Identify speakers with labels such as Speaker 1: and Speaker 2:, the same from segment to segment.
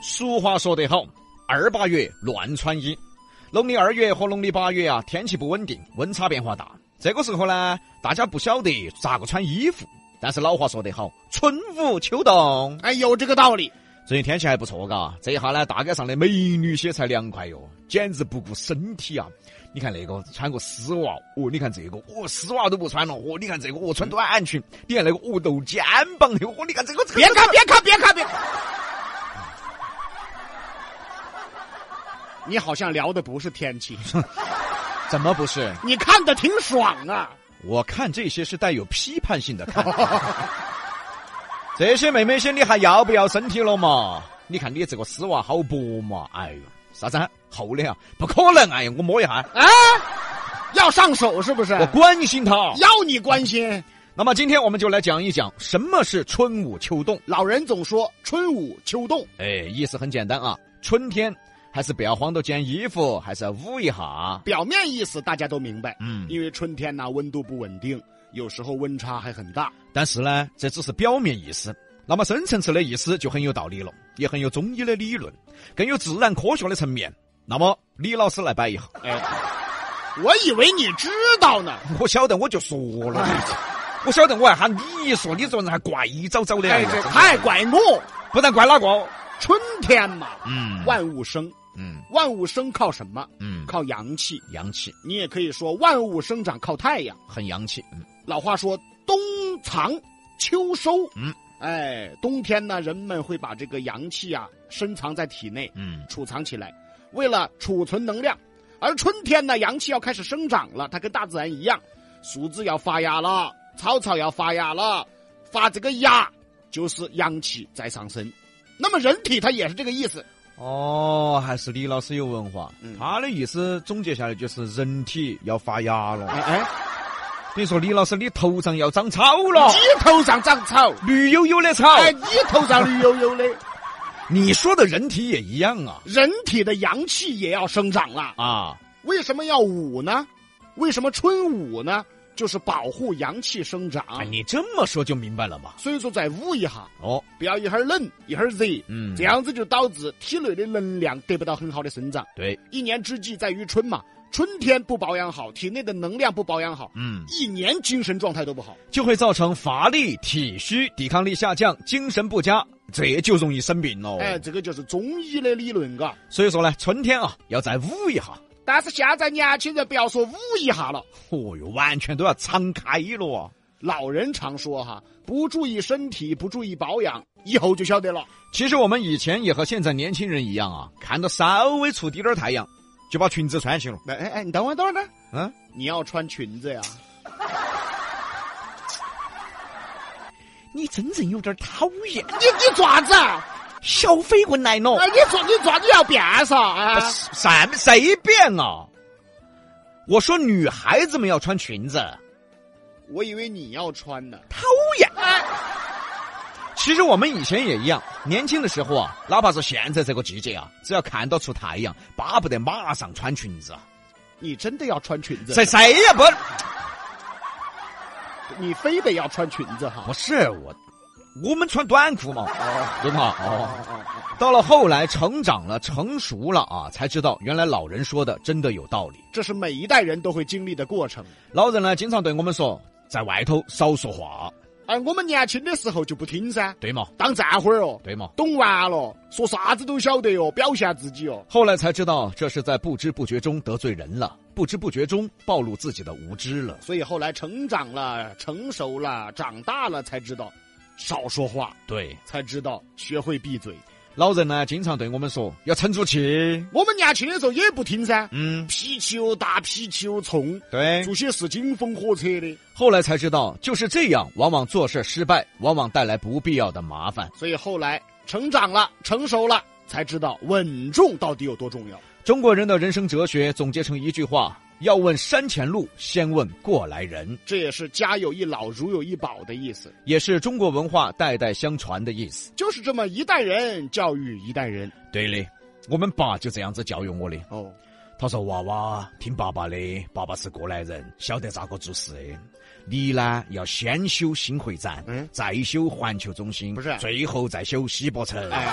Speaker 1: 俗话说得好，二八月乱穿衣。农历二月和农历八月啊，天气不稳定，温差变化大。这个时候呢，大家不晓得咋个穿衣服。但是老话说得好，春捂秋冻。
Speaker 2: 哎，有这个道理。
Speaker 1: 最近天气还不错，嘎，这一下呢，大街上的美女些才凉快哟，简直不顾身体啊！你看那个穿个丝袜，哦，你看这个，哦，丝袜都不穿了，哦，你看这个，哦，穿短裙，你看那个，哦，露肩膀那个，哦，你看这个，这个
Speaker 2: 别看，别看，别看，别看。你好像聊的不是 天气，
Speaker 1: 怎么不是？
Speaker 2: 你看的挺爽啊。
Speaker 1: 我看这些是带有批判性的看。 这些妹妹些，你还要不要身体了嘛？你看你这个丝袜好薄嘛，哎呦，啥子啊厚的啊？不可能！哎呀，我摸一下，
Speaker 2: 啊，要上手是不是？
Speaker 1: 我关心她。
Speaker 2: 要你关心。
Speaker 1: 那么今天我们就来讲一讲什么是春捂秋冻。
Speaker 2: 老人总说春捂秋冻，
Speaker 1: 哎，意思很简单啊，春天还是不要慌着捡衣服，还是要捂一下。
Speaker 2: 表面意思大家都明白，
Speaker 1: 嗯
Speaker 2: 因为春天呐、温度不稳定，有时候温差还很大。
Speaker 1: 但是呢，这只是表面意思。那么深层次的意思就很有道理了，也很有中医的理论，更有自然科学的层面。那么李老师来摆一下，
Speaker 2: 哎，我以为你知道呢。
Speaker 1: 我晓得我就说了，我晓得我还喊你说，你这人还怪糟糟的，
Speaker 2: 哎，这太怪我。
Speaker 1: 不然怪哪个？
Speaker 2: 春天嘛，
Speaker 1: 嗯
Speaker 2: 万物生，
Speaker 1: 嗯
Speaker 2: 万物生靠什么？
Speaker 1: 嗯，
Speaker 2: 靠阳气。
Speaker 1: 洋气，
Speaker 2: 你也可以说万物生长靠太阳。
Speaker 1: 很洋气，嗯
Speaker 2: 老话说冬藏秋收，
Speaker 1: 嗯，
Speaker 2: 哎，冬天呢，人们会把这个阳气啊深藏在体内，
Speaker 1: 嗯，
Speaker 2: 储藏起来，为了储存能量。而春天呢，阳气要开始生长了，它跟大自然一样，树枝要发芽了，草草要发芽了，发这个芽就是阳气在上升。那么人体它也是这个意思，
Speaker 1: 哦，还是李老师有文化，
Speaker 2: 嗯
Speaker 1: 他的意思总结下来就是人体要发芽了。
Speaker 2: 哎哎，
Speaker 1: 比如说李老师，你头上要长草了
Speaker 2: 鸡，头上长草，
Speaker 1: 绿油油的草。
Speaker 2: 哎，你头上绿油油的，
Speaker 1: 你说的人体也一样啊
Speaker 2: 人体的阳气也要生长了。
Speaker 1: 啊！
Speaker 2: 为什么要捂呢？为什么春捂呢？就是保护阳气生长。
Speaker 1: 哎，你这么说就明白了嘛？
Speaker 2: 所以说再捂一下，
Speaker 1: 哦，
Speaker 2: 不要一会儿冷一会儿热，
Speaker 1: 嗯
Speaker 2: 这样子就导致体内的能量得不到很好的生长。
Speaker 1: 对，
Speaker 2: 一年之计在于春嘛，春天不保养好，体内的能量不保养好，
Speaker 1: 嗯，
Speaker 2: 一年精神状态都不好。
Speaker 1: 就会造成乏力、体虚、抵抗力下降、精神不佳，这就容易生病喽。
Speaker 2: 哎，这个就是中医的理论，嘎。
Speaker 1: 所以说呢，春天啊要再捂一下，
Speaker 2: 但是现在年轻人不要说捂一下了，
Speaker 1: 哦哟，完全都要敞开了啊！
Speaker 2: 老人常说哈，不注意身体，不注意保养，以后就晓得了。
Speaker 1: 其实我们以前也和现在年轻人一样啊，看到稍微出滴点儿太阳，就把裙子穿起了。
Speaker 2: 哎哎哎，你等会儿，等会儿，等会儿。啊
Speaker 1: 嗯，
Speaker 2: 你要穿裙子呀？
Speaker 1: 你真正有点讨厌，
Speaker 2: 你你爪子啊？
Speaker 1: 小飞棍来了
Speaker 2: 哎，你爪你爪你要变啥啊？
Speaker 1: 什么随便啊！我说女孩子们要穿裙子，
Speaker 2: 我以为你要穿呢。
Speaker 1: 讨厌。其实我们以前也一样，年轻的时候啊，哪怕是现在这个季节啊，只要看到出太阳，巴不得马上穿裙子啊。
Speaker 2: 你真的要穿裙子？
Speaker 1: 谁谁也不
Speaker 2: 你非得要穿裙子哈？
Speaker 1: 不是我，我们穿短裤嘛，
Speaker 2: 哦
Speaker 1: 对吗？
Speaker 2: 哦
Speaker 1: 哦。
Speaker 2: 哦哦，
Speaker 1: 到了后来成长了、成熟了啊，才知道原来老人说的真的有道理。
Speaker 2: 这是每一代人都会经历的过程。
Speaker 1: 老人呢，经常对我们说，在外头少说话，
Speaker 2: 而啊我们年轻的时候就不听噻，
Speaker 1: 对嘛？
Speaker 2: 当站会儿哦，
Speaker 1: 对嘛？
Speaker 2: 懂完了，说啥子都晓得哟，表现自己哦哟。
Speaker 1: 后来才知道，这是在不知不觉中得罪人了，不知不觉中暴露自己的无知了。
Speaker 2: 所以后来成长了、成熟了、长大了，才知道少说话，
Speaker 1: 对，
Speaker 2: 才知道学会闭嘴。
Speaker 1: 老人呢，经常对我们说，要沉住气。
Speaker 2: 我们年轻的时候也不听噻，
Speaker 1: 嗯，
Speaker 2: 脾气又大，脾气又冲，
Speaker 1: 对。
Speaker 2: 做些事情风火车的。
Speaker 1: 后来才知道，就是这样，往往做事失败，往往带来不必要的麻烦。
Speaker 2: 所以后来成长了，成熟了，才知道稳重到底有多重要。
Speaker 1: 中国人的人生哲学总结成一句话：要问山前路，先问过来人。
Speaker 2: 这也是家有一老，如有一宝的意思，
Speaker 1: 也是中国文化代代相传的意思。
Speaker 2: 就是这么一代人教育一代人。
Speaker 1: 对的，我们爸就这样子教育我的。
Speaker 2: 哦，
Speaker 1: 他说：“娃娃听爸爸的，爸爸是过来人，晓得咋个做事的。你呢，要先修新会展，
Speaker 2: 嗯
Speaker 1: 再修环球中心，
Speaker 2: 不是
Speaker 1: 最后再修西伯城。
Speaker 2: 哎，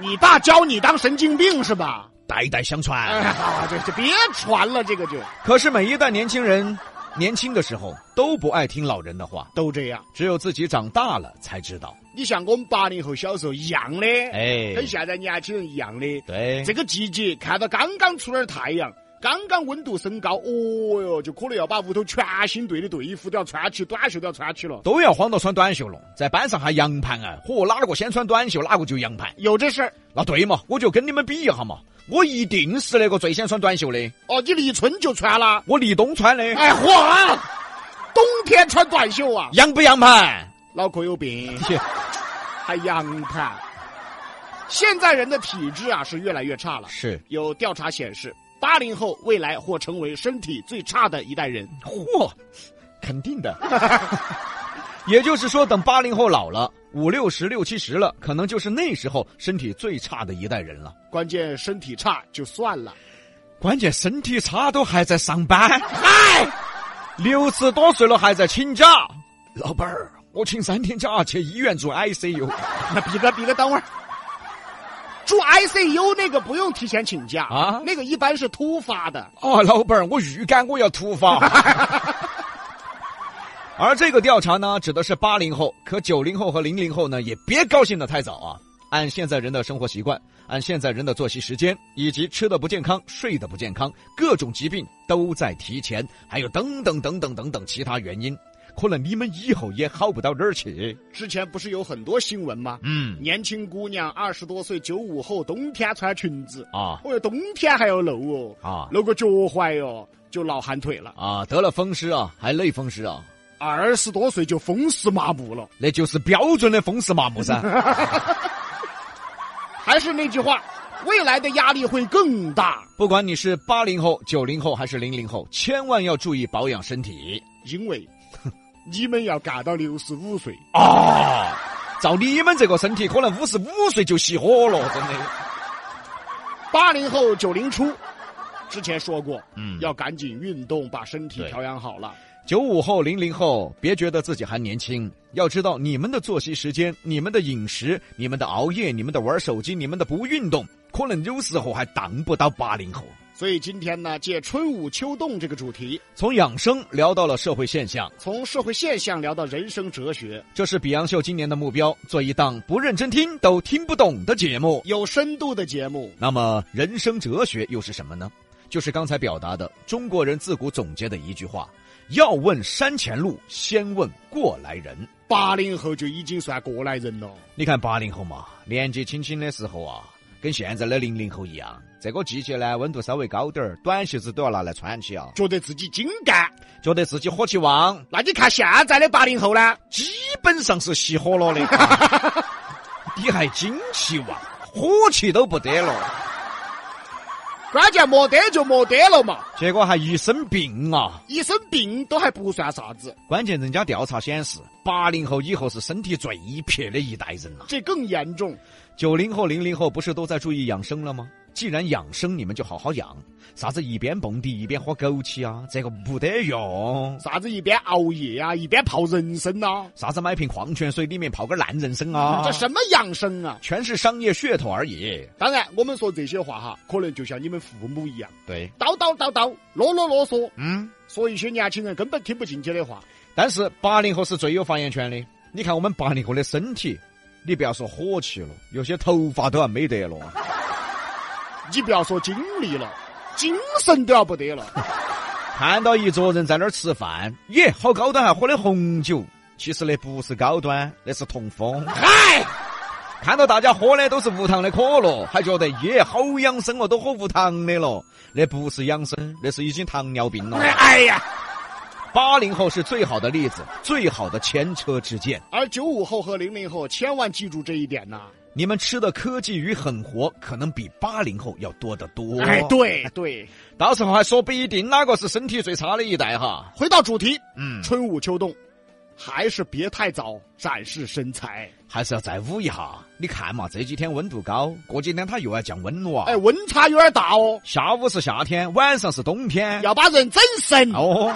Speaker 2: 你大教你当神经病是吧？
Speaker 1: 代代相传。
Speaker 2: 哎呀，这这别传了，这个就
Speaker 1: 可是每一代年轻人年轻的时候都不爱听老人的话，
Speaker 2: 都这样。
Speaker 1: 只有自己长大了才知道。
Speaker 2: 你像我们八零后小时候一样的，
Speaker 1: 哎
Speaker 2: 跟现在年轻人一样的。
Speaker 1: 对
Speaker 2: 这个季节看到刚刚出点儿太阳，刚刚温度升高，哦哟，就可能要把屋头全新队的队服都要穿起，短袖都要穿起了。
Speaker 1: 都要慌到穿短袖了，在班上还洋盘啊！嚯，哪个先穿短袖，哪个就洋盘。
Speaker 2: 有这事儿
Speaker 1: 那对嘛，我就跟你们比一下嘛，我一定是那个最先穿短袖的，
Speaker 2: 哦，你立春就穿啦？
Speaker 1: 我立冬穿的，
Speaker 2: 哎嚯啊，冬天穿短袖啊，
Speaker 1: 洋不洋盘？
Speaker 2: 脑壳有病，还洋派。现在人的体质啊是越来越差了。
Speaker 1: 是，
Speaker 2: 有调查显示，八零后未来或成为身体最差的一代人。
Speaker 1: 嚯，肯定的。 也就是说，等八零后老了，五六十、六七十了，可能就是那时候身体最差的一代人了。
Speaker 2: 关键身体差就算了，
Speaker 1: 关键身体差都还在上班，
Speaker 2: 嗨，
Speaker 1: 六十多岁了还在请假。老板儿，我请三天假去医院做 ICU。
Speaker 2: 那比哥比哥，等会儿。住 ICU 那个不用提前请假
Speaker 1: 啊
Speaker 2: 那个一般是突发的。
Speaker 1: 啊，老板儿，我预感我要突发。而这个调查呢，指的是八零后，可九零后和零零后呢，也别高兴的太早啊。按现在人的生活习惯，按现在人的作息时间，以及吃的不健康、睡的不健康，各种疾病都在提前，还有等等等等等等其他原因，可能你们以后也好不到哪儿去。
Speaker 2: 之前不是有很多新闻吗？
Speaker 1: 嗯，
Speaker 2: 年轻姑娘二十多岁，九五后，冬天穿裙子，
Speaker 1: 啊
Speaker 2: 哦哟，冬天还要露哦，
Speaker 1: 啊
Speaker 2: 露个脚踝哦，就老寒腿了。
Speaker 1: 啊，得了风湿啊，还类风湿啊，
Speaker 2: 二十多岁就风湿麻木了。
Speaker 1: 那就是标准的风湿麻木噻。
Speaker 2: 还是那句话，未来的压力会更大，
Speaker 1: 不管你是八零后、九零后还是零零后，千万要注意保养身体
Speaker 2: 因 为你们要干到六十五岁。
Speaker 1: 啊！照你们这个身体，可能五十五岁就熄火了，真的。
Speaker 2: 八零后九零初，之前说过，
Speaker 1: 嗯
Speaker 2: 要赶紧运动，把身体
Speaker 1: 对
Speaker 2: 调养好了。
Speaker 1: 九五后、零零后，别觉得自己还年轻，要知道你们的作息时间、你们的饮食、你们的熬夜、你们的玩手机、你们的不运动，可能有时候还当不到八零后。
Speaker 2: 所以今天呢，借春捂秋冻这个主题，
Speaker 1: 从养生聊到了社会现象，
Speaker 2: 从社会现象聊到人生哲学，
Speaker 1: 这是比洋秀今年的目标，做一档不认真听都听不懂的节目。
Speaker 2: 有深度的节目。
Speaker 1: 那么，人生哲学又是什么呢？就是刚才表达的中国人自古总结的一句话：要问山前路，先问过来人。
Speaker 2: 八零后就已经算过来人了，
Speaker 1: 你看八零后嘛，年纪轻轻的时候啊，跟现在的零零后一样，这个季节呢，温度稍微高点儿，短袖子都要拿来穿起啊，
Speaker 2: 觉得自己精干。
Speaker 1: 觉得自己火气旺，
Speaker 2: 那你看现在的八零后呢？
Speaker 1: 基本上是熄火了的。你还精气旺，火气都不得了，
Speaker 2: 关键没得就没得了嘛，
Speaker 1: 结果还一身病啊！
Speaker 2: 一身病都还不算啥子。
Speaker 1: 关键人家调查显示，八零后以后是身体最撇的一代人了、
Speaker 2: 这更严重。
Speaker 1: 九零后、零零后不是都在注意养生了吗？既然养生，你们就好好养，啥子一边蹦迪一边喝枸杞啊，这个不得用。
Speaker 2: 啥子一边熬夜呀、一边泡人参呐、
Speaker 1: 啥子买瓶矿泉水里面泡根烂人参
Speaker 2: 啊
Speaker 1: 啊，
Speaker 2: 这什么养生啊？
Speaker 1: 全是商业噱头而已。
Speaker 2: 当然，我们说这些话哈，可能就像你们父母一样，
Speaker 1: 对，
Speaker 2: 叨叨叨叨，啰啰啰嗦，
Speaker 1: 嗯，
Speaker 2: 说一些年轻人根本听不进去的话。
Speaker 1: 但是八零后是最有发言权的。你看我们八零后的身体，你不要说火气了，有些头发都要没得了。
Speaker 2: 你不要说精力了，精神都要不得了。
Speaker 1: 看到一桌人在那儿吃饭，耶，好高端啊，喝的红酒。其实那不是高端，那是痛风。
Speaker 2: 嗨，
Speaker 1: 看到大家喝的都是无糖的可乐，还觉得耶，好养生哦，都喝无糖的了。那不是养生，那是已经糖尿 病了。
Speaker 2: 哎呀！
Speaker 1: 八零后是最好的例子，最好的前车之鉴。
Speaker 2: 而九五后和零零后千万记住这一点呐、
Speaker 1: 你们吃的科技与狠活，可能比八零后要多得多。
Speaker 2: 哎，，对对，
Speaker 1: 到时候还说不一定哪个是身体最差的一代哈。
Speaker 2: 回到主题，
Speaker 1: 嗯，
Speaker 2: 春捂秋冻，还是别太早展示身材。
Speaker 1: 还是要再捂一下。你看嘛，这几天温度高，过几天它又要降温了啊。
Speaker 2: 哎，温差有点大哦，
Speaker 1: 下午是夏天，晚上是冬天。
Speaker 2: 要把人整神。
Speaker 1: 哦，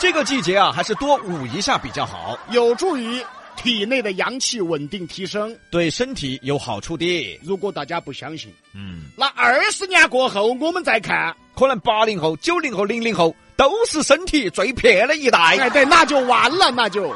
Speaker 1: 这个季节啊，还是多捂一下比较好。
Speaker 2: 有助于体内的阳气稳定提升。
Speaker 1: 对身体有好处的。
Speaker 2: 如果大家不相信，
Speaker 1: 嗯，
Speaker 2: 那二十年过后我们再看，
Speaker 1: 可能八零后、九零后、零零后都是身体最撇的一代。
Speaker 2: 哎哎，对，那就完了，那就。